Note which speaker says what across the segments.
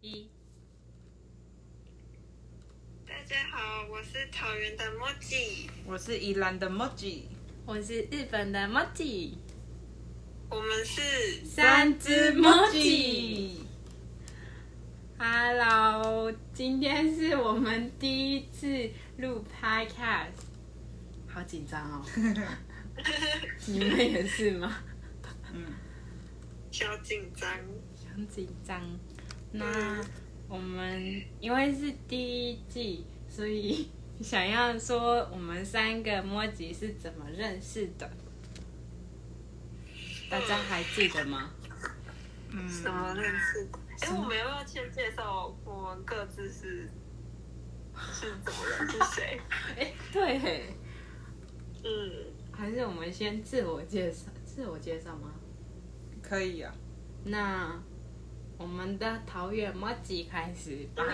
Speaker 1: 一，
Speaker 2: 大家好，我是草原的墨迹。
Speaker 3: 我是宜兰的 Moji，
Speaker 1: 我是日本的 Moji，
Speaker 2: 我们是
Speaker 1: 三只 Moji。Hello，今天是我们第一次录 Podcast，好紧张哦！ 你们也是吗？
Speaker 3: 嗯，
Speaker 2: 小紧张，
Speaker 1: 很紧张。那我们因为是第一季，所以 想要说我们三个摸吉是怎么认识的？大家还记得吗？
Speaker 3: 嗯
Speaker 2: 怎么认识的？哎、我们要不要先介绍我们各自是是怎么人，是谁？
Speaker 1: 哎，对嘿，
Speaker 2: 嗯，
Speaker 1: 还是我们先自我介绍，自我介绍吗？
Speaker 3: 可以啊。
Speaker 1: 那我们的桃园摸吉开始吧。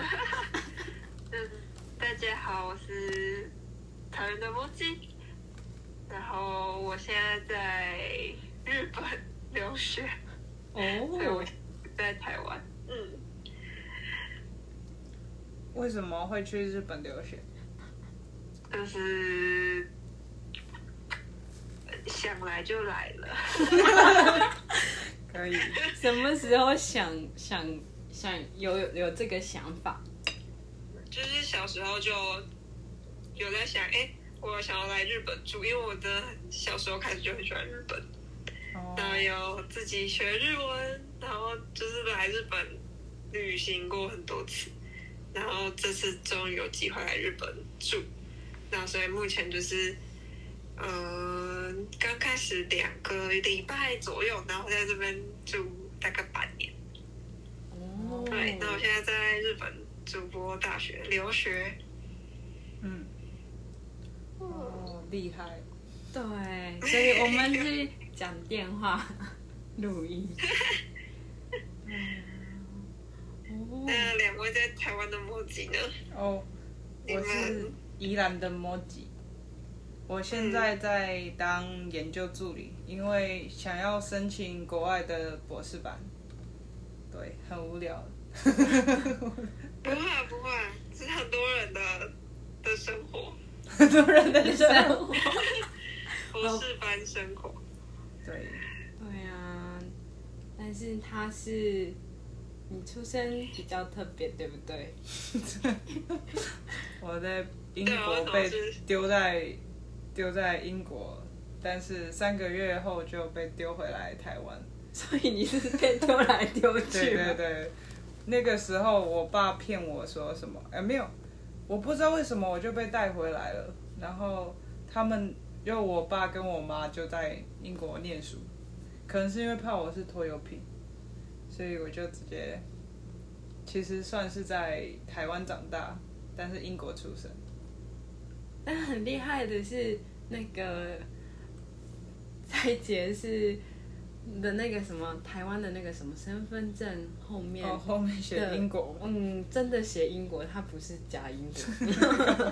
Speaker 2: 嗯，大家好，我是草原的墨迹，然后我现在在日本留学，所以我
Speaker 1: 哦，
Speaker 2: 在台湾。嗯，
Speaker 3: 为什么会去日本留学？
Speaker 2: 就是呃想来就来了。
Speaker 3: 可以，
Speaker 1: 什么时候想想想有有这个想法？
Speaker 2: 就是小时候就有在想，哎、我想要来日本住，因为我真的小时候开始就很喜欢日本，
Speaker 3: 哦
Speaker 2: 然后有自己学日文，然后就是来日本旅行过很多次，然后这次终于有机会来日本住，那所以目前就是。嗯，刚开始两个礼拜左右，然后在这边住大概半年。
Speaker 1: 哦，
Speaker 2: 对，那我现在在日本筑波大学留学。
Speaker 3: 嗯，哦，厉害，
Speaker 1: 对，所以我们是讲电话录音。
Speaker 2: 那两位在台湾的墨迹呢？
Speaker 3: 哦，
Speaker 2: 你
Speaker 3: 我是
Speaker 2: 们
Speaker 3: 宜兰的 Moji，我现在在当研究助理，因为想要申请国外的博士班，对，很无聊。
Speaker 2: 不会不会，是很多人的的生活，
Speaker 3: 很多人的生
Speaker 1: 啊哦
Speaker 3: 活，
Speaker 2: 博士班生活。
Speaker 3: 对，
Speaker 1: 对啊，但是他是你出生比较特别，对不对？
Speaker 3: 我在英
Speaker 2: 对啊我
Speaker 3: 国
Speaker 2: 懂
Speaker 3: 被
Speaker 2: 是
Speaker 3: 丢在丢在英国，但是三个月后就被丢回来台湾。
Speaker 1: 所以你是被丢来丢 去。
Speaker 3: 对对。对，那个时候我爸骗我说什么？哎、没有，我不知道为什么我就被带回来了。然后他们就我爸跟我妈就在英国念书，可能是因为怕我是拖油瓶，所以我就直接，其实算是在台湾长大，但是英国出生。
Speaker 1: 但很厉害的是那个蔡杰是的那个什么台湾的那个什么身份证后面
Speaker 3: 哦，后面写
Speaker 1: 的
Speaker 3: 英国，
Speaker 1: 嗯，真的写英国，它不是假英国。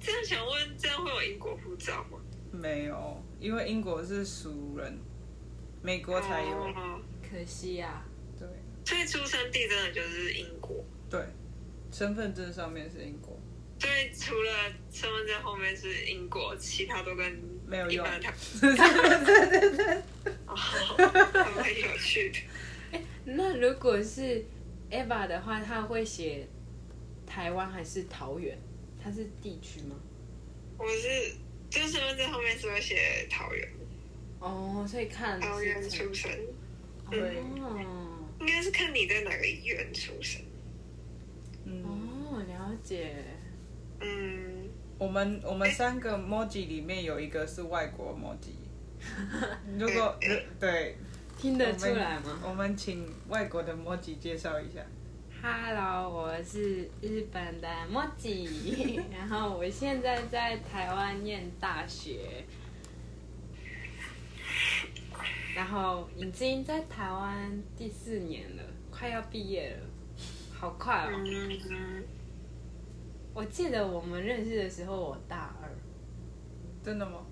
Speaker 2: 这样想问，这样会有英国护照吗？
Speaker 3: 没有，因为英国是熟人，美国才有。
Speaker 2: 哦
Speaker 1: 可惜啊呀、
Speaker 3: 对
Speaker 2: 所以出生地真的就是英国。
Speaker 3: 对，身份证上面是英国。
Speaker 2: 所以除了身份证后面是英国，其他都跟
Speaker 3: 没有
Speaker 2: 一
Speaker 3: 用
Speaker 2: 般的 台。 哦，蛮有趣的。
Speaker 1: 那如果是 Eva 的话，他会写台湾还是桃园？它是地区吗？
Speaker 2: 我是就身份证后面只会写桃园，
Speaker 1: 哦，所以看
Speaker 2: 桃园
Speaker 1: 是
Speaker 2: 出生，
Speaker 3: 对
Speaker 1: 哦
Speaker 2: 应该是看你在哪个医院出生。
Speaker 3: 嗯，
Speaker 1: 哦，了解。
Speaker 2: 嗯，
Speaker 3: 我们我们三个 moji 里面有一个是外国 moji。如果如对，
Speaker 1: 听
Speaker 3: 我
Speaker 1: 得
Speaker 3: 们
Speaker 1: 出来吗
Speaker 3: 我们请外国的 moji 介绍一下。
Speaker 1: ？Hello，我是日本的莫吉，然后我现在在台湾念大学，然后已经在台湾第四年了，快要毕业了，好快哦！
Speaker 2: 嗯，
Speaker 1: 我记得我们认识的时候，我大二，
Speaker 3: 真的吗？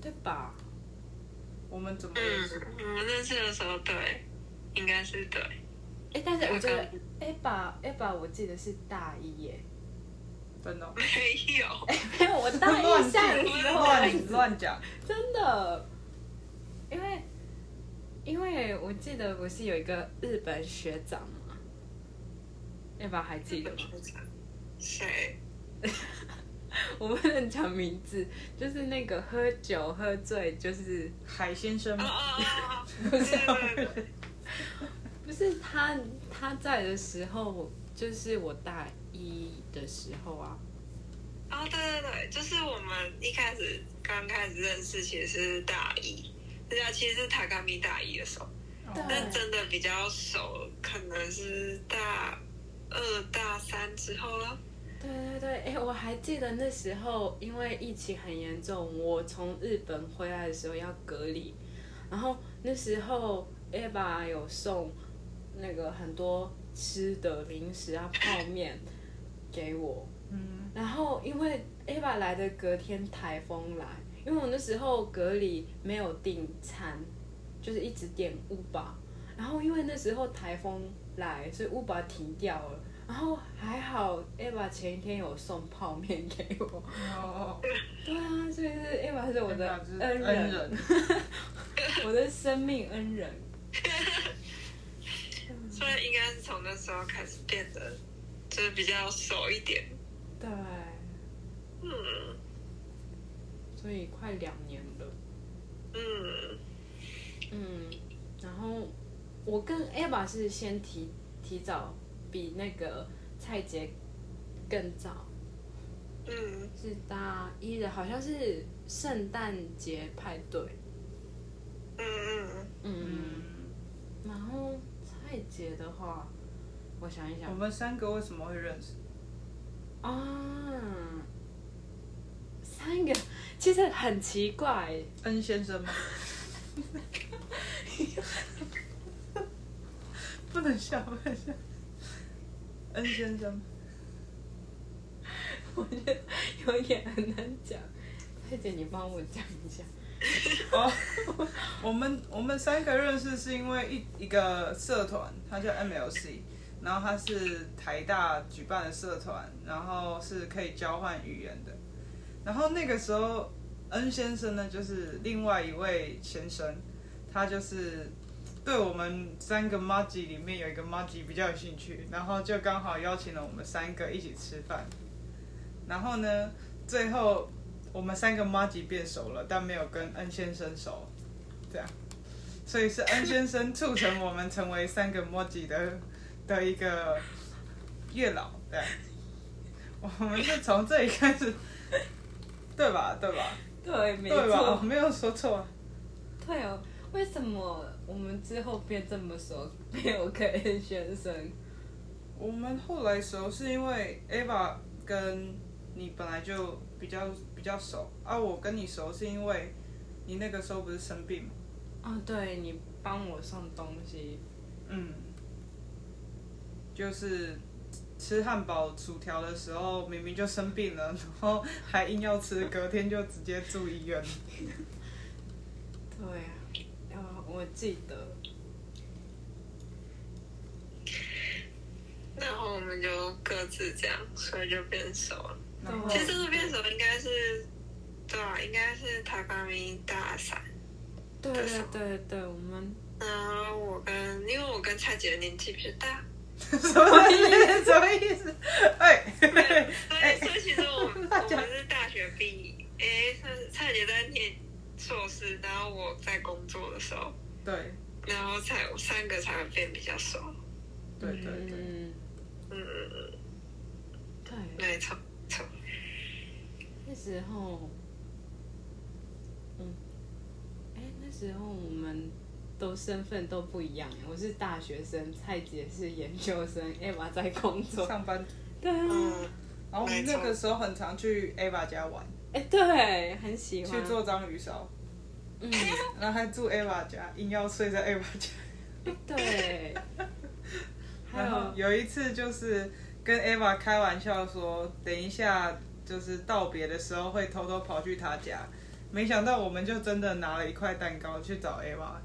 Speaker 1: 对吧？
Speaker 3: 我们
Speaker 2: 嗯
Speaker 3: 怎么认识？
Speaker 2: 嗯，我们认识的时候对，应该是对。
Speaker 1: 哎，但是我觉得
Speaker 2: 大概
Speaker 1: 把 a b 我记得是大一耶，
Speaker 3: 真的哦、
Speaker 2: 没有，
Speaker 1: 没有我大一
Speaker 3: 乱讲
Speaker 1: 下的时候
Speaker 3: 乱乱讲，
Speaker 1: 真的，因为因为我记得我是有一个日本学长嘛 a b 还记得 吗？
Speaker 2: 谁？
Speaker 1: 我不能讲名字，就是那个喝酒喝醉，就是
Speaker 3: 海先生
Speaker 2: 哦
Speaker 3: 吗？
Speaker 2: 哦哦，
Speaker 3: 不
Speaker 2: 对
Speaker 3: 是
Speaker 2: 对对对，
Speaker 1: 不是他他在的时候，就是我大一的时候啊，
Speaker 2: 哦对对对，就是我们一开始刚开始认识，其实是大一，大家其实是塔卡米大一的时候，
Speaker 3: 哦
Speaker 1: 嗯
Speaker 2: 但真的比较熟，可能是大二大三之后了。
Speaker 1: 对对对，哎、我还记得那时候，因为疫情很严重，我从日本回来的时候要隔离，然后那时候 Eva 有送那个很多吃的零食啊、泡面给我，
Speaker 3: 嗯，
Speaker 1: 然后因为 Eva 来的隔天台风来，因为我那时候隔离没有订餐，就是一直点 Uber，然后因为那时候台风来，所以 Uber 停掉了。然后还好 Eva 前一天有送泡面给 我，
Speaker 3: 哦，
Speaker 1: 对啊，所以是 Eva 是我的
Speaker 3: 那就是
Speaker 1: 恩
Speaker 3: 恩
Speaker 1: 人，
Speaker 3: 人，
Speaker 1: 我的生命恩人。嗯
Speaker 2: 所以应该是从那时候开始变得就是比较熟一点。
Speaker 1: 对，
Speaker 2: 嗯
Speaker 1: 所以快两年了。
Speaker 2: 嗯，
Speaker 1: 嗯，然后我跟 Eva 是先提提早，比那个蔡杰更早，
Speaker 2: 嗯，
Speaker 1: 是大一的，好像是圣诞节派对。
Speaker 2: 嗯嗯，
Speaker 1: 嗯，
Speaker 3: 嗯，
Speaker 1: 然后蔡杰的话，我想一想
Speaker 3: 我，们三个为什么会认识？
Speaker 1: 啊，三个其实很奇怪，欸
Speaker 3: 恩先生吗？不能笑，不能笑。恩先生，
Speaker 1: 我觉得有点很难讲。蔡姐，你帮我讲一下。
Speaker 3: 哦， 我们我们三个认识是因为一一个社团，它叫 MLC，然后它是台大举办的社团，然后是可以交换语言的。然后那个时候，恩先生呢，就是另外一位先生，他就是对我们三个 m a g i 里面有一个 m a g i 比较有兴趣，然后就刚好邀请了我们三个一起吃饭。然后呢，最后我们三个 m a g i 变熟了，但没有跟恩先生熟，这样。所以是恩先生促成我们成为三个 m a g i 的的一个月老，对。我们是从这里开始，对吧？对吧？
Speaker 1: 对，没
Speaker 3: 对吧？我
Speaker 1: 错，
Speaker 3: 没有说错啊。
Speaker 1: 对哦。为什么我们之后变这么熟，没有跟恩先生？
Speaker 3: 我们后来熟是因为 Ava 跟你本来就比较比较熟啊，我跟你熟是因为你那个时候不是生病吗？
Speaker 1: 哦，对你帮我送东西，
Speaker 3: 嗯，就是吃汉堡、薯条的时候，明明就生病了，然后还硬要吃，隔天就直接住医院。
Speaker 1: 对啊，啊，我记得，
Speaker 2: 然后我们就各自这样，所以就变熟了。
Speaker 3: 然后
Speaker 2: 其实这个变熟应该是，对啊，应该是塔卡米大三。
Speaker 1: 对对对对，我们
Speaker 2: 然后我跟，因为我跟蔡姐的年纪比较 大，
Speaker 3: 什么意思？什么意思？哎，
Speaker 2: 对，
Speaker 3: 哎
Speaker 2: 所以所以其实我 们
Speaker 3: 大
Speaker 2: 我
Speaker 3: 家
Speaker 2: 们是大学毕业，诶，蔡蔡姐在念硕士，然后我在工作的时候，
Speaker 3: 对
Speaker 2: 然后才三个才会变比较熟。
Speaker 3: 对对对。
Speaker 1: 嗯，
Speaker 2: 嗯，
Speaker 1: 对，
Speaker 2: 没错，没错。
Speaker 1: 那时候，嗯，哎，那时候我们都身份都不一样，我是大学生，蔡姐是研究生，Emma 在工作，
Speaker 3: 上班，
Speaker 1: 对啊，
Speaker 2: 嗯，
Speaker 3: 然后我们那个时候很常去 Ava 家玩，
Speaker 1: 哎，对，很喜欢
Speaker 3: 去做，章鱼烧，
Speaker 1: 嗯，
Speaker 3: 然后还住 Ava 家，硬要睡在 Ava 家。
Speaker 1: 对，还
Speaker 3: 然后
Speaker 1: 有，
Speaker 3: 有一次就是跟 Ava 开玩笑说，等一下就是道别的时候会偷偷跑去她家，没想到我们就真的拿了一块蛋糕去找 Ava。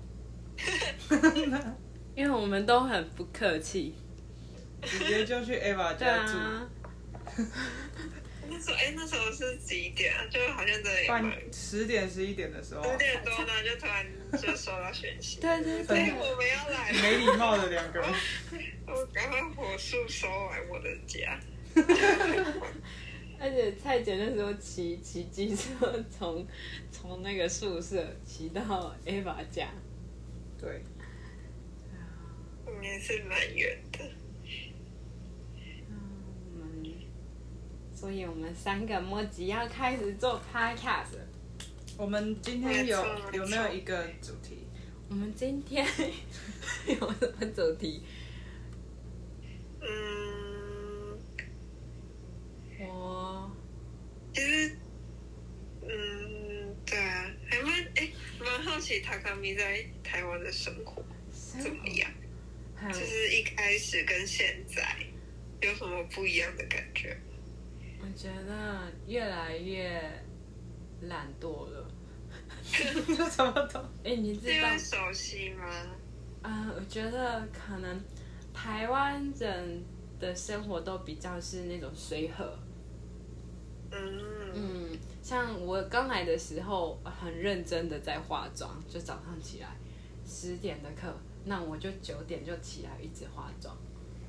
Speaker 1: 因为我们都很不客气，
Speaker 3: 直接就去 Eva
Speaker 1: 对
Speaker 3: 家住，
Speaker 1: 啊，
Speaker 2: 那时候哎、那时候是几点啊？就好像真的也蛮
Speaker 3: 半十点十一点的时候啊，
Speaker 2: 五点多呢，就突然就收到讯息，
Speaker 1: 对对
Speaker 2: 哎、
Speaker 1: 对，
Speaker 2: 我们要来
Speaker 3: 没
Speaker 2: 了，
Speaker 3: 礼貌的两个人，
Speaker 2: 我赶快火速收完我的家。
Speaker 1: 而且蔡姐那时候骑骑机车从从那个宿舍骑到 Eva 家，
Speaker 3: 对，
Speaker 2: 应该是蛮远的，
Speaker 1: 我们，嗯所以我们三个莫吉要开始做 podcast 了。
Speaker 3: 我们今天有
Speaker 2: 没错
Speaker 3: 有没有一个主 题？
Speaker 1: 我们今天有什么主题？
Speaker 2: 嗯，
Speaker 1: 我
Speaker 2: 其实，嗯，对啊，还蛮哎，蛮、好奇塔卡米在台湾的生活
Speaker 1: 生
Speaker 2: 怎么样，
Speaker 1: 很
Speaker 2: 就是一开始跟现在有什么不一样的感觉？
Speaker 1: 我觉得越来越懒惰了。
Speaker 3: 这什么都
Speaker 1: 哎，你知
Speaker 2: 是因
Speaker 1: 道
Speaker 2: 为？熟悉吗？
Speaker 1: 啊、我觉得可能台湾人的生活都比较是那种随和。
Speaker 2: 嗯，
Speaker 1: 嗯，像我刚来的时候，很认真的在化妆，就早上起来十点的课，那我就九点就起来一直化妆，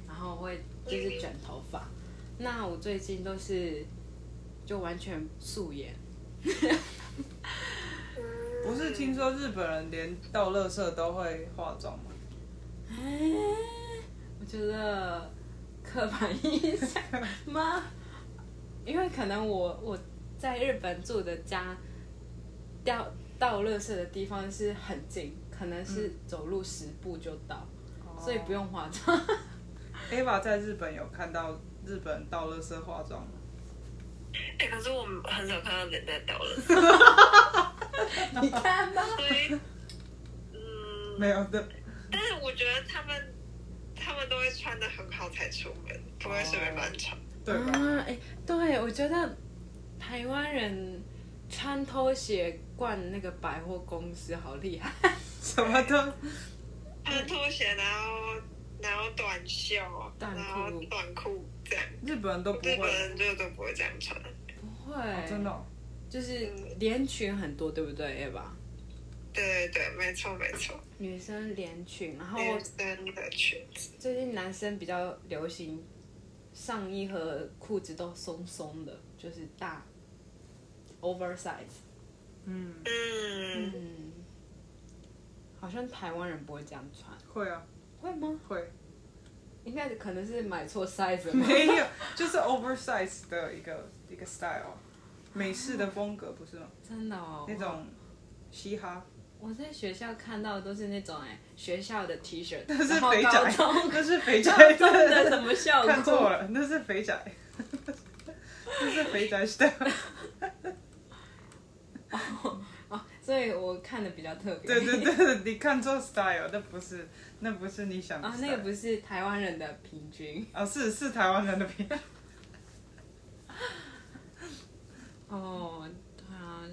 Speaker 1: 然后会就是卷头发。那我最近都是就完全素颜，
Speaker 3: 不是听说日本人连倒垃圾都会化妆吗？
Speaker 1: 哎，我觉得刻板印象吗？因为可能我我在日本住的家，掉倒垃圾的地方是很近，可能是走路十步就到，所以不用化妆。
Speaker 3: Eva 在日本有看到日本倒垃圾化妆吗？
Speaker 2: 哎、可是我们很少看到人在倒了，
Speaker 1: 你看吧，
Speaker 2: 所以，嗯，
Speaker 3: 没有的，
Speaker 2: 但是我觉得他们他们都会穿的很好才出门，不会随便乱穿。
Speaker 3: 对吧？
Speaker 1: 啊，哎、对，我觉得台湾人穿拖鞋逛那个百货公司好厉害。
Speaker 3: 什么都
Speaker 2: 穿拖鞋，然后然后短袖，
Speaker 1: 短裤
Speaker 2: 然后短裤这样。
Speaker 3: 日本人都不
Speaker 2: 日本
Speaker 3: 会，
Speaker 2: 人就都不会这样穿，
Speaker 1: 不会，
Speaker 3: 真的哦、
Speaker 1: 就是连裙很多，对不对，Eva？
Speaker 2: 对对对，没错没错，
Speaker 1: 女生连裙，然后
Speaker 2: 连身的裙子，
Speaker 1: 最近男生比较流行上衣和裤子都松松的，就是大 oversize。
Speaker 3: 嗯，
Speaker 2: 嗯，
Speaker 1: 嗯，好像台湾人不会这样穿，
Speaker 3: 会啊，
Speaker 1: 会吗？
Speaker 3: 会，
Speaker 1: 应该可能是买错 size 了吧。
Speaker 3: 没有，就是 oversize 的一个一个 style，美式的风格不是吗？
Speaker 1: 真的哦，
Speaker 3: 那种嘻哈，
Speaker 1: 我在学校看到的都是那种哎、学校的 T 恤，
Speaker 3: 那是
Speaker 1: 然后
Speaker 3: 肥
Speaker 1: 高
Speaker 3: 宅
Speaker 1: 中，
Speaker 3: 那哦是 肥宅，
Speaker 1: 高中的什么校
Speaker 3: 看错
Speaker 1: 裤？
Speaker 3: 了，那是肥宅， 那是肥 宅 style，
Speaker 1: 哦，所以我看的比较特别。
Speaker 3: 对对对，你看错 style，那不是，那不是你想的
Speaker 1: 啊，
Speaker 3: style，
Speaker 1: 那个不是台湾人的平均。
Speaker 3: 啊，是是台湾人的品牌，
Speaker 1: 哦，对啊，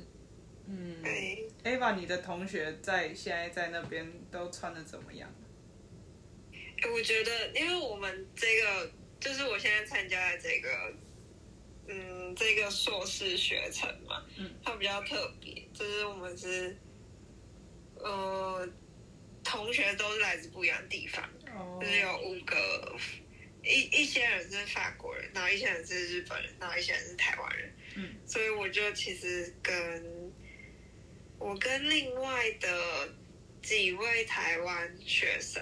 Speaker 1: 嗯，
Speaker 2: 对，
Speaker 3: Ava，你的同学在现在在那边都穿的怎么样？
Speaker 2: 我觉得，因为我们这个就是我现在参加的这个，嗯，这个硕士学程嘛，
Speaker 3: 嗯，
Speaker 2: 它比较特别，就是我们是，呃，同学都是来自不一样的地方，
Speaker 3: 哦
Speaker 2: 就是有五个，一一些人是法国人，然后一些人是日本人，然后一些人是台湾人。
Speaker 3: 嗯，
Speaker 2: 所以我就其实跟我跟另外的几位台湾学生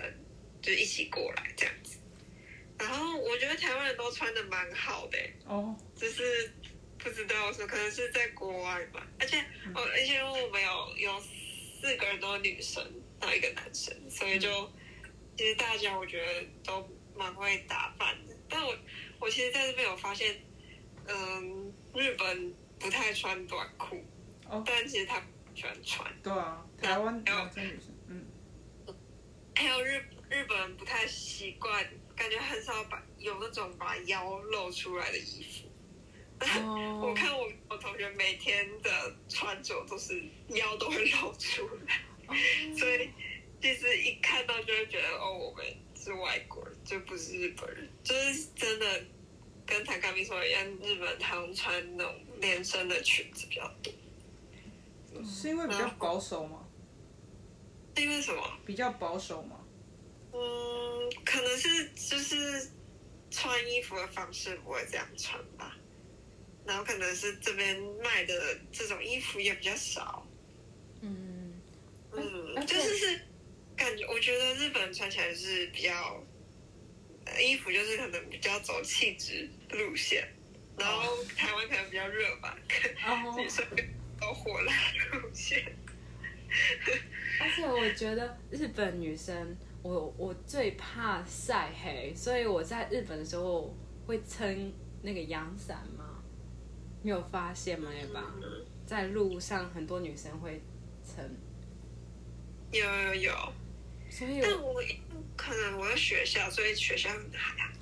Speaker 2: 就一起过来这样子。然后我觉得台湾人都穿的蛮好的欸、
Speaker 3: 哦，
Speaker 2: 只是不知道说可能是在国外吧，而且哦，而且我们有有四个人都是女生，然后一个男生，所以就其实大家我觉得都蛮会打扮的。但我我其实在这边有发现，嗯，日本不太穿短裤，
Speaker 3: 哦
Speaker 2: 但其实他不喜欢穿，
Speaker 3: 对啊，台湾男生女生，嗯，
Speaker 2: 还有日日本人不太习惯，感觉很少把有那种把腰露出来的衣服。
Speaker 1: 哦
Speaker 2: 我看我我同学每天的穿着都是腰都会露出哦来，所以其实一看到就会觉得哦，我们是外国人就不是日本人，就是真的跟塔卡米说的一样，日本他们穿那种连身的裙子比较多。
Speaker 3: 是因为比较保守吗？
Speaker 2: 是因为什么？
Speaker 3: 比较保守吗？
Speaker 2: 嗯，可能是就是穿衣服的方式不会这样穿吧，然后可能是这边卖的这种衣服也比较少，
Speaker 1: 嗯，
Speaker 3: 而
Speaker 2: 嗯，
Speaker 3: 且
Speaker 2: 就是是感觉，我觉得日本穿起来是比较，呃衣服就是可能比较走气质路线，然后台湾可能比较热吧，
Speaker 1: 哦
Speaker 2: 女生都火辣路线。
Speaker 1: 而且我觉得日本女生，我我最怕晒黑，所以我在日本的时候会撑那个阳伞嘛。你有发现吗？也吧，
Speaker 2: 嗯
Speaker 1: 在路上很多女生会撑，
Speaker 2: 有有有，
Speaker 1: 所以
Speaker 2: 但
Speaker 1: 我
Speaker 2: 我可能我在学校，所以学校可能还好。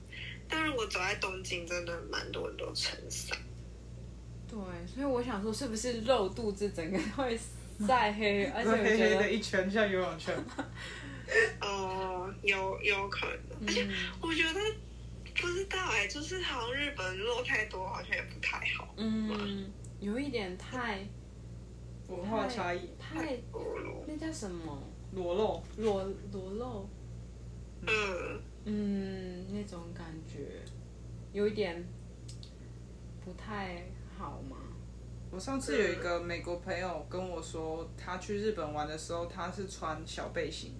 Speaker 2: 但是我走在东京，真的蛮多人都撑伞。
Speaker 1: 对，所以我想说，是不是露肚子整个 会晒黑？而且我
Speaker 3: 黑
Speaker 1: 觉
Speaker 3: 黑
Speaker 1: 得
Speaker 3: 的一圈像 游泳圈，
Speaker 2: 哦，有有可能，而且
Speaker 1: 嗯
Speaker 2: 我觉得不知道哎、就是好像日本落太多，好像也不太好。
Speaker 1: 嗯，有一点太
Speaker 3: 文化差异，
Speaker 1: 太
Speaker 2: 裸露。
Speaker 1: 那叫什么
Speaker 3: 裸露。
Speaker 1: 裸裸露，
Speaker 2: 嗯，
Speaker 1: 嗯，那种感觉有一点不太好嘛。
Speaker 3: 我上次有一个美国朋友跟我说，他去日本玩的时候，他是穿小背心，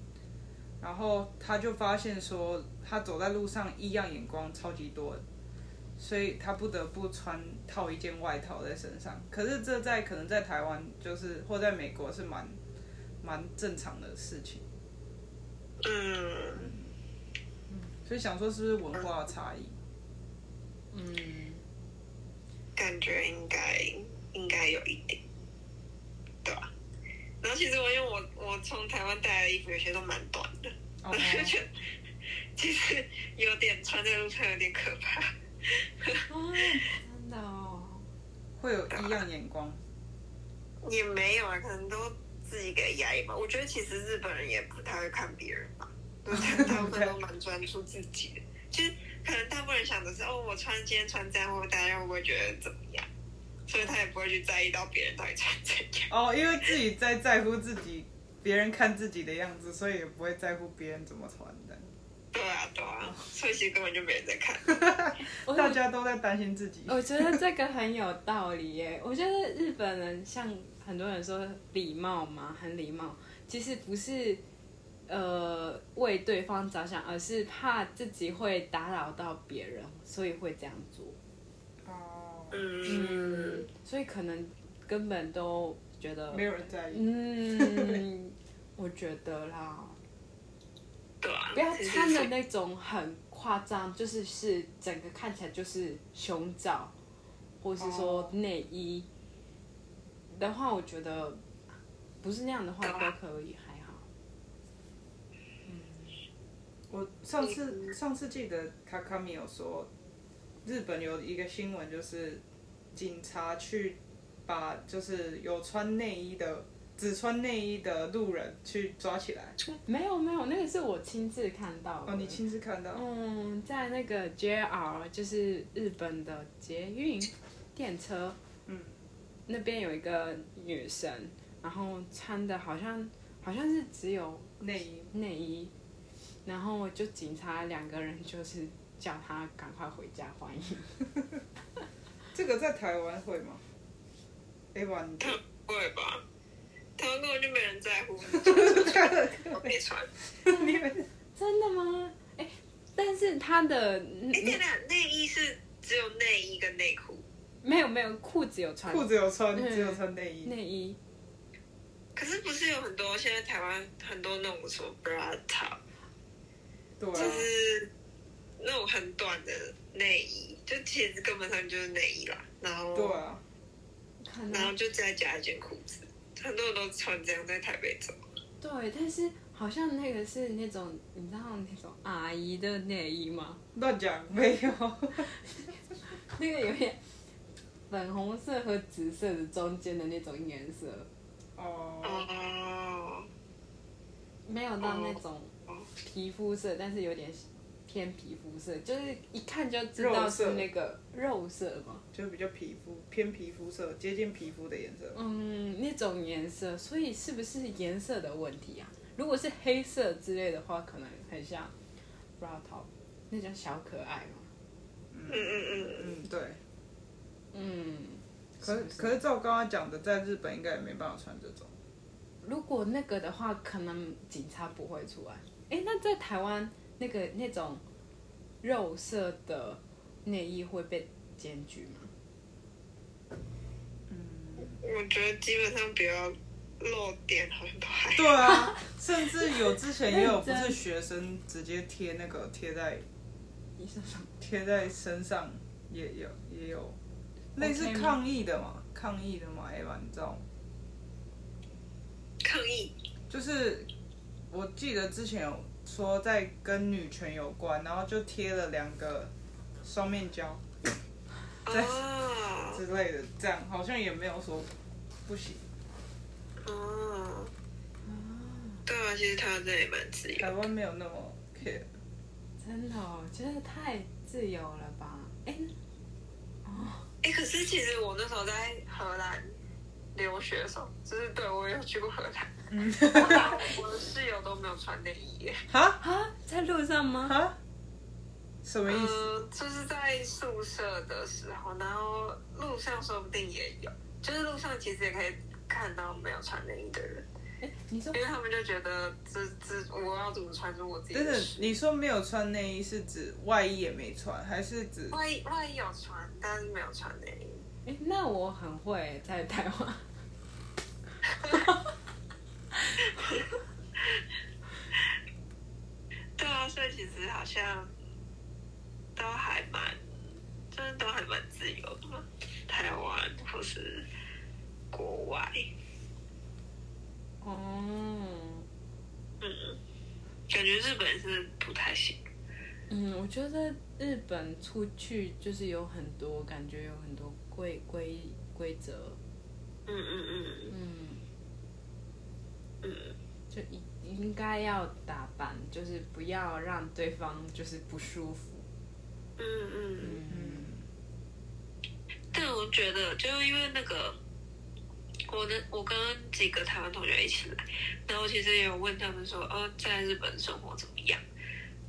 Speaker 3: 然后他就发现说，他走在路上异样眼光超级多的，所以他不得不穿套一件外套在身上。可是这在可能在台湾就是或在美国是蛮蛮正常的事情，
Speaker 2: 嗯，
Speaker 3: 所以想说是不是文化差异？
Speaker 1: 嗯，
Speaker 2: 感觉应该应该有一点，对吧、然后其实我因为我我从台湾带来的衣服有些都蛮短的，
Speaker 3: 哦
Speaker 2: 我就觉得其实有点穿在路上有点可怕。
Speaker 1: 啊，真的哦，
Speaker 3: 会有异样眼光，
Speaker 2: 也没有啊，可能都自己给压抑吧。我觉得其实日本人也不太会看别人吧，就是大部分都蛮专注自己的。就是可能大部分人想的是，哦，我穿今天穿这样，或大家会不会觉得怎么样？所以他也不会去在意到别人到底穿怎样。
Speaker 3: 哦，因为自己在在乎自己，别人看自己的样子，所以也不会在乎别人怎么穿的。
Speaker 2: 对啊，对啊， 所以其实根本就没人在看。
Speaker 1: 我
Speaker 3: 大家都在担心自己。
Speaker 1: 我觉得这个很有道理耶。 我觉得日本人像很多人说礼貌嘛，很礼貌，其实不是呃为对方着想，而是怕自己会打扰到别人，所以会这样做。
Speaker 3: 哦，
Speaker 2: 嗯，
Speaker 1: 所以可能根本都觉得
Speaker 3: 没有人在意。
Speaker 1: 嗯，我觉得啦，
Speaker 2: 对啊，
Speaker 1: 不要
Speaker 2: 其实
Speaker 1: 穿的那种很夸张，就是是整个看起来就是胸罩，或是说
Speaker 3: 哦
Speaker 1: 内衣的话，我觉得不是那样的话
Speaker 2: 懂
Speaker 1: 都
Speaker 2: 啊
Speaker 1: 可以，还好。
Speaker 3: 我上次上次记得卡卡米有说，日本有一个新闻，就是警察去把就是有穿内衣的只穿内衣的路人去抓起来。
Speaker 1: 没有没有，那个是我亲自看到的。
Speaker 3: 哦，你亲自看到？
Speaker 1: 嗯，在那个 JR 就是日本的捷运电车，
Speaker 3: 嗯，
Speaker 1: 那边有一个女生，然后穿的好像好像是只有
Speaker 3: 内衣。
Speaker 1: 内衣，然后就警察两个人就是叫她赶快回家换衣服。
Speaker 3: 这个在台湾会吗？哎，哇， 你
Speaker 2: 他们不会吧？台湾根本就没人在乎，我没穿。
Speaker 3: 你们
Speaker 1: 真的吗？哎、但是她的嗯
Speaker 2: 哎，对了，内衣是只有内衣跟内裤，
Speaker 1: 没有没有裤子有穿
Speaker 3: 裤子有穿，
Speaker 1: 嗯
Speaker 3: 只有穿内衣。
Speaker 1: 内衣
Speaker 2: 可是不是有很多现在台湾很多那种什么 bra top，
Speaker 3: 对
Speaker 2: 就
Speaker 3: 啊，
Speaker 2: 是那种很短的内衣，就其实根本上就是内衣啦。然后，
Speaker 3: 对啊。
Speaker 1: 可
Speaker 2: 然
Speaker 1: 能
Speaker 3: 嗯
Speaker 2: 后就再加一件裤子，很多人都穿这样在台北走。
Speaker 1: 对，但是好像那个是那种你知道那种阿姨的内衣吗？
Speaker 3: 乱讲，没有。
Speaker 1: 那个有点粉红色和紫色的中间的那种颜色，
Speaker 3: 哦，
Speaker 2: 哦，
Speaker 1: 没有到那种皮肤色，但是有点偏皮肤色，就是一看就知道是那个肉色嘛，
Speaker 3: 就比较皮肤偏皮肤色，接近皮肤的颜色。
Speaker 1: 嗯，那种颜色，所以是不是颜色的问题啊？如果是黑色之类的话，可能很像 b r a t o 那叫小可爱嘛。
Speaker 2: 嗯嗯嗯嗯，
Speaker 3: 嗯，对。
Speaker 1: 嗯，
Speaker 3: 可是
Speaker 1: 不
Speaker 3: 可是照刚刚讲的，在日本应该也没办法穿这种。
Speaker 1: 如果那个的话，可能警察不会出来。哎，那在台湾那个那种肉色的内衣会被检举吗？
Speaker 2: 我觉得基本上不要露点，好像都还好
Speaker 3: 对啊，甚至有之前也有不
Speaker 1: 认
Speaker 3: 是
Speaker 1: 真
Speaker 3: 学生直接贴那个贴在
Speaker 1: 医生说
Speaker 3: 贴在身上，也有也有类似
Speaker 1: OK 吗
Speaker 3: 抗议的嘛，抗议的嘛，艾玛，你知道吗？
Speaker 2: 抗议。
Speaker 3: 就是我记得之前有说在跟女权有关，然后就贴了两个双面胶对
Speaker 2: 哦
Speaker 3: 之类的，这样好像也没有说不行。
Speaker 2: 哦，对啊，其实台湾真的也蛮自
Speaker 3: 台
Speaker 2: 由。
Speaker 3: 湾没有那么 care，
Speaker 1: 真的、哦，觉得太自由了吧？哎，
Speaker 2: 哎，可是其实我那时候在荷兰留学的时候，就是对我有去过荷兰，
Speaker 3: 嗯，
Speaker 2: 我的室友都没有穿内衣耶。
Speaker 3: 哈
Speaker 1: 啊，在路上 吗？
Speaker 3: 哈，什么意思？
Speaker 2: 嗯，就是在宿舍的时候，然后路上说不定也有，就是路上其实也可以看到没有穿内衣的人，
Speaker 1: 哎，你说
Speaker 2: 因为他们就觉得这这我要怎么穿是我自己
Speaker 3: 等
Speaker 2: 的
Speaker 3: 等
Speaker 2: 事，。
Speaker 3: 你说没有穿内衣是指外衣也没穿，还是指
Speaker 2: 万一万一有穿，但是没有穿内衣。
Speaker 1: 哎，那我很会在台湾。
Speaker 2: 对啊，所以其实好像都还蛮，就是都还蛮自由的嘛，台湾或是国外，
Speaker 1: 哦，
Speaker 2: 嗯，感觉日本是不太行。
Speaker 1: 嗯，我觉得日本出去就是有很多感觉，有很多规规规则，
Speaker 2: 嗯嗯
Speaker 1: 嗯，
Speaker 2: 嗯嗯，
Speaker 1: 就应应该要打扮，就是不要让对方就是不舒服。
Speaker 2: 嗯嗯，
Speaker 1: 嗯，
Speaker 2: 但我觉得就是因为那个。我的我跟几个台湾同学一起来，然后其实也有问他们说，哦，在日本生活怎么样？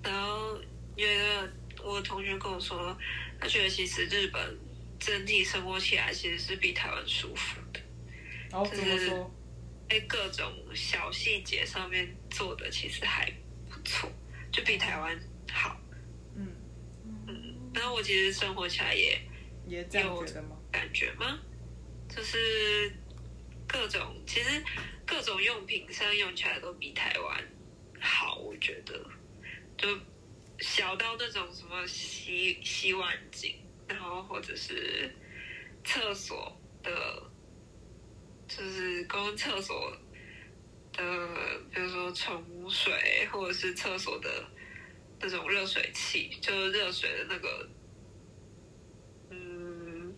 Speaker 2: 然后有一个我同学跟我说，他觉得其实日本整体生活起来其实是比台湾舒服的，
Speaker 3: 然后怎么说？
Speaker 2: 在各种小细节上面做的其实还不错，就比台湾好。
Speaker 3: 嗯，
Speaker 2: 然后我其实生活起来也
Speaker 3: 也这样觉得吗？
Speaker 2: 感觉吗？就是各种其实各种用品上用起来都比台湾好，我觉得就小到那种什么洗洗碗巾，然后或者是厕所的，就是公共厕所的，比如说冲水或者是厕所的那种热水器，就是热水的那个。嗯，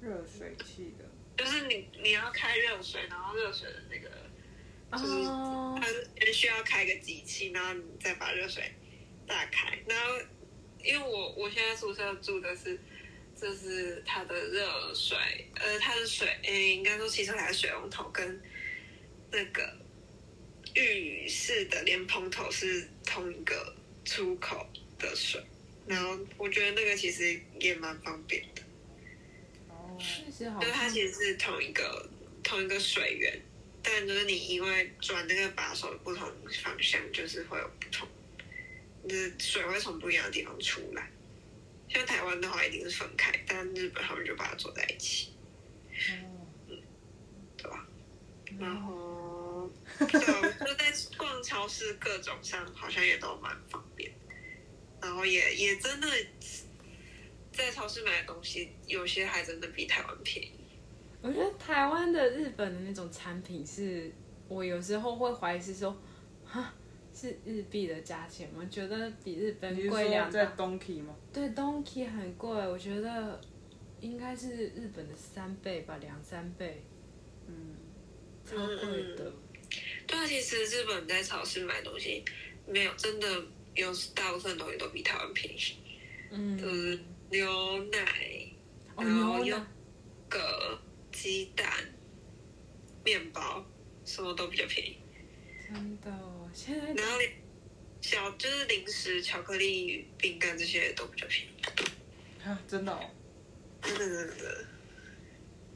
Speaker 3: 热水器的，
Speaker 2: 就是你你要开热水，然后热水的那个，就是
Speaker 1: 哦，
Speaker 2: 它需要开个机器，然后你再把热水打开。然后因为我我现在宿舍住的是，就是它的热水，呃，它的水，呃，应该说洗手台的水龙头跟那个浴室的莲蓬头是同一个出口的水。然后我觉得那个其实也蛮方便的，
Speaker 3: 哦，
Speaker 1: 确实好
Speaker 2: 就是它
Speaker 1: 像，
Speaker 2: 其实是同一个同一个水源，但就是你因为转那个把手的不同方向，就是会有不同，你的水会从不一样的地方出来。像台湾的话一定是分开，但日本他们就把它做在一起，
Speaker 3: 哦
Speaker 2: 对吧？然
Speaker 3: 嗯
Speaker 2: 后，对，啊就在逛超市各种上好像也都蛮方便，然后也也真的在超市买的东西，有些还真的比台湾便宜。
Speaker 1: 我觉得台湾的日本的那种产品是，我有时候会怀疑是说，哈，是日币的价钱吗？觉得比日
Speaker 3: 你
Speaker 1: 本
Speaker 3: 是
Speaker 1: 贵
Speaker 3: 说
Speaker 1: 两到
Speaker 3: 在东 key 吗？
Speaker 1: 对，Donkey 很贵，我觉得应该是日本的三倍吧，两三倍，
Speaker 3: 嗯，
Speaker 1: 超贵的。
Speaker 2: 对啊，其实日本在超市买东西没有真的有大部分东西都比台湾便宜，就
Speaker 1: 嗯，
Speaker 2: 是牛奶、
Speaker 1: 哦，
Speaker 2: 然后
Speaker 1: 牛
Speaker 2: 用
Speaker 1: 奶，
Speaker 2: 个鸡蛋、面包，什么都比较便宜。
Speaker 1: 真的哦，现在
Speaker 2: 然后连小就是零食、巧克力、饼干这些都比较便宜。
Speaker 3: 啊，真的、哦，
Speaker 2: 真的真的真的，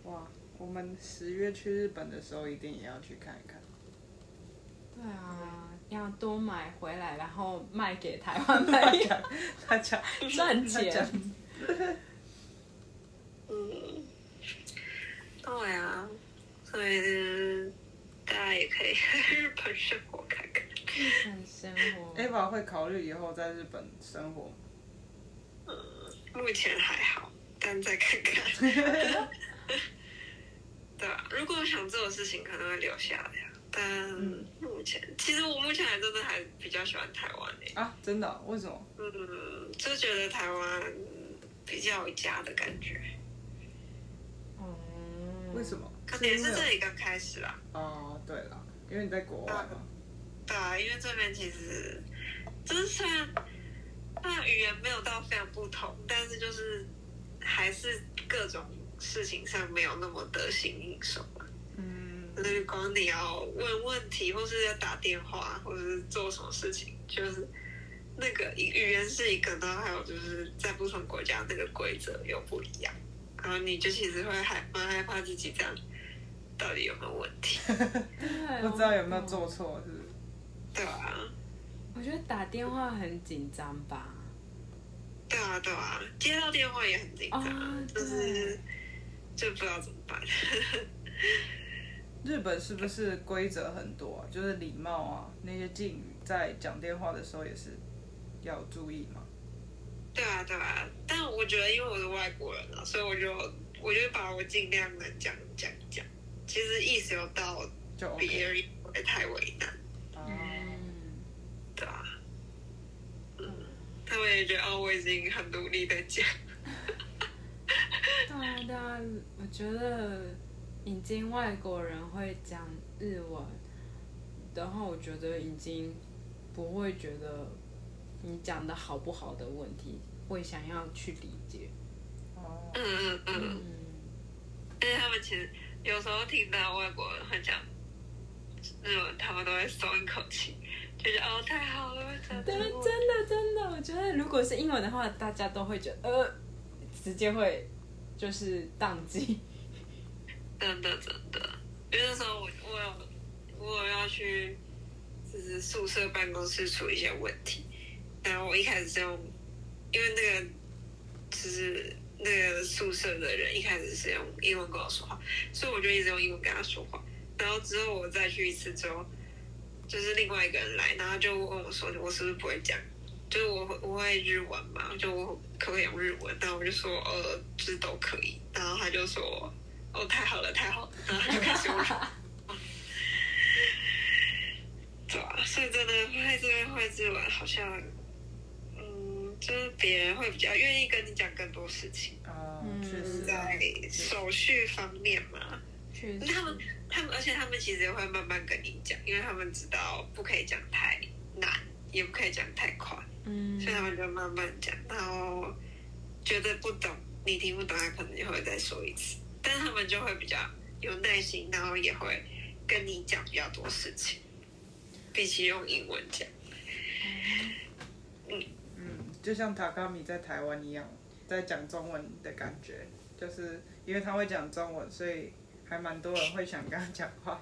Speaker 3: 哇！我们十月去日本的时候一定也要去看一看。
Speaker 1: 对啊，要多买回来，然后卖给台 湾朋友
Speaker 3: 他讲，
Speaker 1: 赚
Speaker 3: 他讲
Speaker 1: 钱。，
Speaker 2: 嗯，对啊，所以就是大家也可以 来日本生活看看。
Speaker 1: 很生活。
Speaker 3: Ava 哎会考虑以后在日本生活吗。
Speaker 2: 嗯目前还好，但再看看。对啊，如果我想做的事情，可能会留下来啊。但目前，其实我目前还真的还比较喜欢台湾诶、
Speaker 3: 啊，真的哦、为什么？
Speaker 2: 嗯，就觉得台湾比较有家的感觉，
Speaker 1: 嗯
Speaker 3: 为什？么？
Speaker 2: 可能也是
Speaker 3: 因
Speaker 2: 这
Speaker 3: 为
Speaker 2: 里刚开始啦。
Speaker 3: 哦，对了，因为你在国外嘛。
Speaker 2: 对啊，因为这边其实就是虽然那语言没有到非常不同，但是就是还是各种事情上没有那么得心应手嘛。
Speaker 3: 嗯
Speaker 2: 就是光你要问问题，或是要打电话，或者是做什么事情，就是那个语言是一个，然后还有就是在不同国家那个规则又不一样，然后你就其实会害蛮害怕自己这样到底有没有问题，
Speaker 1: 对哦
Speaker 3: 不知道有没有做。错，是不是？
Speaker 2: 对啊，
Speaker 1: 我觉得打电话很紧张吧。
Speaker 2: 对啊，对啊，接到电话也很紧张，
Speaker 1: 啊
Speaker 2: 就是
Speaker 1: 对
Speaker 2: 就不知道怎么办。
Speaker 3: 日本是不是规则很多啊？就是礼貌啊，那些敬语，在讲电话的时候也是要注意嘛。
Speaker 2: 对啊，对啊，但我觉得因为我是外国人啊，所以我就我就把我尽量能讲讲讲，其实意思有到
Speaker 3: 就 OK
Speaker 2: 别人也不会太为难，
Speaker 3: 啊，
Speaker 1: 嗯，
Speaker 2: 对吧、啊？嗯，他们也觉得哦，我已经很努力在讲，
Speaker 1: 对啊对啊，我觉得已经外国人会讲日文，然后我觉得已经不会觉得你讲的好不好的问题，会想要去理解。
Speaker 3: 哦，
Speaker 2: 嗯嗯嗯，
Speaker 1: 嗯。
Speaker 2: 但是他们其实有时候听到外国人会讲日文，他们都会松一口气，就是哦，太好了，讲
Speaker 1: 对，
Speaker 2: 中
Speaker 1: 真
Speaker 2: 文
Speaker 1: 的真的，我觉得如果是英文的话，大家都会觉得呃，直接会就是宕机。
Speaker 2: 真的真的，因为那时候我我有我有要去就是宿舍办公室处理一些问题，然后我一开始是用，因为那个就是那个宿舍的人一开始是用英文跟我说话，所以我就一直用英文跟他说话，然后之后我再去一次之后，就是另外一个人来，然后就问我说我是不是不会讲。就是我会我会日文嘛，就我可不可以用日文？然后我就说呃，就是都可以。然后他就说哦，太好了，太好了， 然后就 开始我，对啊，所以真的会这边会日文，好像，嗯，就是别人会比较愿意跟你讲更多事情，
Speaker 3: 啊，
Speaker 1: 嗯
Speaker 3: 确实啊，
Speaker 2: 在手续方面嘛，
Speaker 1: 确实，
Speaker 2: 他们他们，而且他们其实也会慢慢跟你讲，因为他们知道不可以讲太难，也不可以讲太快，
Speaker 1: 嗯
Speaker 2: 所以他们就慢慢讲，然后觉得不懂，你听不懂，他可能就会再说一次，但他们就会比较有耐心，然后也会跟你讲比较多事情，比起用英文讲。
Speaker 3: 嗯，就像塔卡米在台湾一样，在讲中文的感觉，就是因为他会讲中文，所以还蛮多人会想跟他讲话。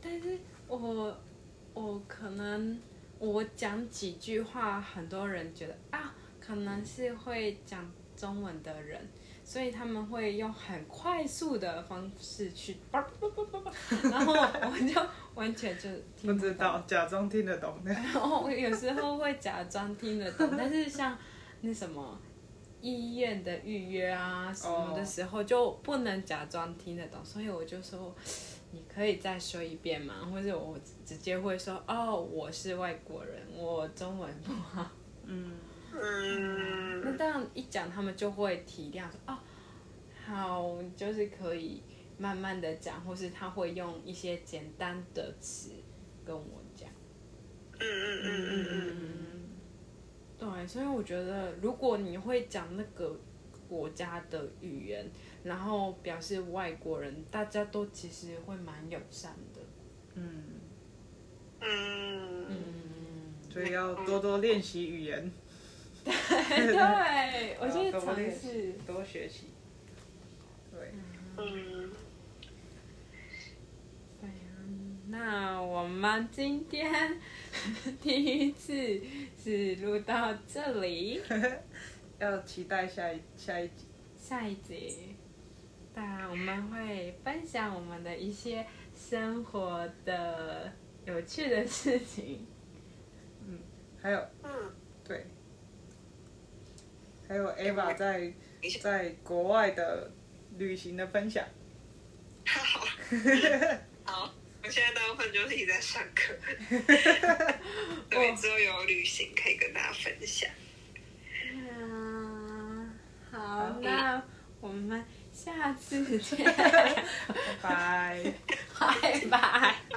Speaker 1: 但是我我可能我讲几句话，很多人觉得啊，可能是会讲中文的人，所以他们会用很快速的方式去，然后我就完全就
Speaker 3: 不
Speaker 1: 听
Speaker 3: 知
Speaker 1: 懂
Speaker 3: 道，假装听得懂 的。
Speaker 1: 然后我有时候会假装听得懂，但是像那什么医院的预约啊什么的时候，就不能假装听得懂，所以我就说你可以再说一遍嘛，或者我直接会说哦，我是外国人，我中文不好。
Speaker 3: 嗯，
Speaker 2: 嗯，
Speaker 1: 那这样一讲，他们就会体谅说哦，好，就是可以慢慢的讲，或是他会用一些简单的词跟我讲。
Speaker 2: 嗯嗯嗯嗯嗯嗯，
Speaker 1: 对，所以我觉得，如果你会讲那个国家的语言，然后表示外国人，大家都其实会蛮友善的。
Speaker 3: 嗯，
Speaker 2: 嗯嗯，嗯
Speaker 1: 嗯，
Speaker 3: 所以要多多练习语言，
Speaker 1: 对，我去
Speaker 3: 多多
Speaker 1: 尝
Speaker 3: 练
Speaker 1: 试
Speaker 3: 习。，多学习。对，
Speaker 2: 嗯，
Speaker 1: 对啊那我们今天 第一次是录到这里，
Speaker 3: 要期待下一下一集。
Speaker 1: 下一集，那我们会分享我们的一些生活的有趣的事情。
Speaker 3: 还有
Speaker 2: 嗯
Speaker 3: 对，还有 Ava 在在国外的旅行的分享。
Speaker 2: 好，好，我现在大部分就是一直在上课，对，之后有旅行可以跟大家分享。
Speaker 1: 嗯， 好
Speaker 3: 好，
Speaker 1: 那我们下次见，
Speaker 3: 拜拜。
Speaker 1: 拜拜。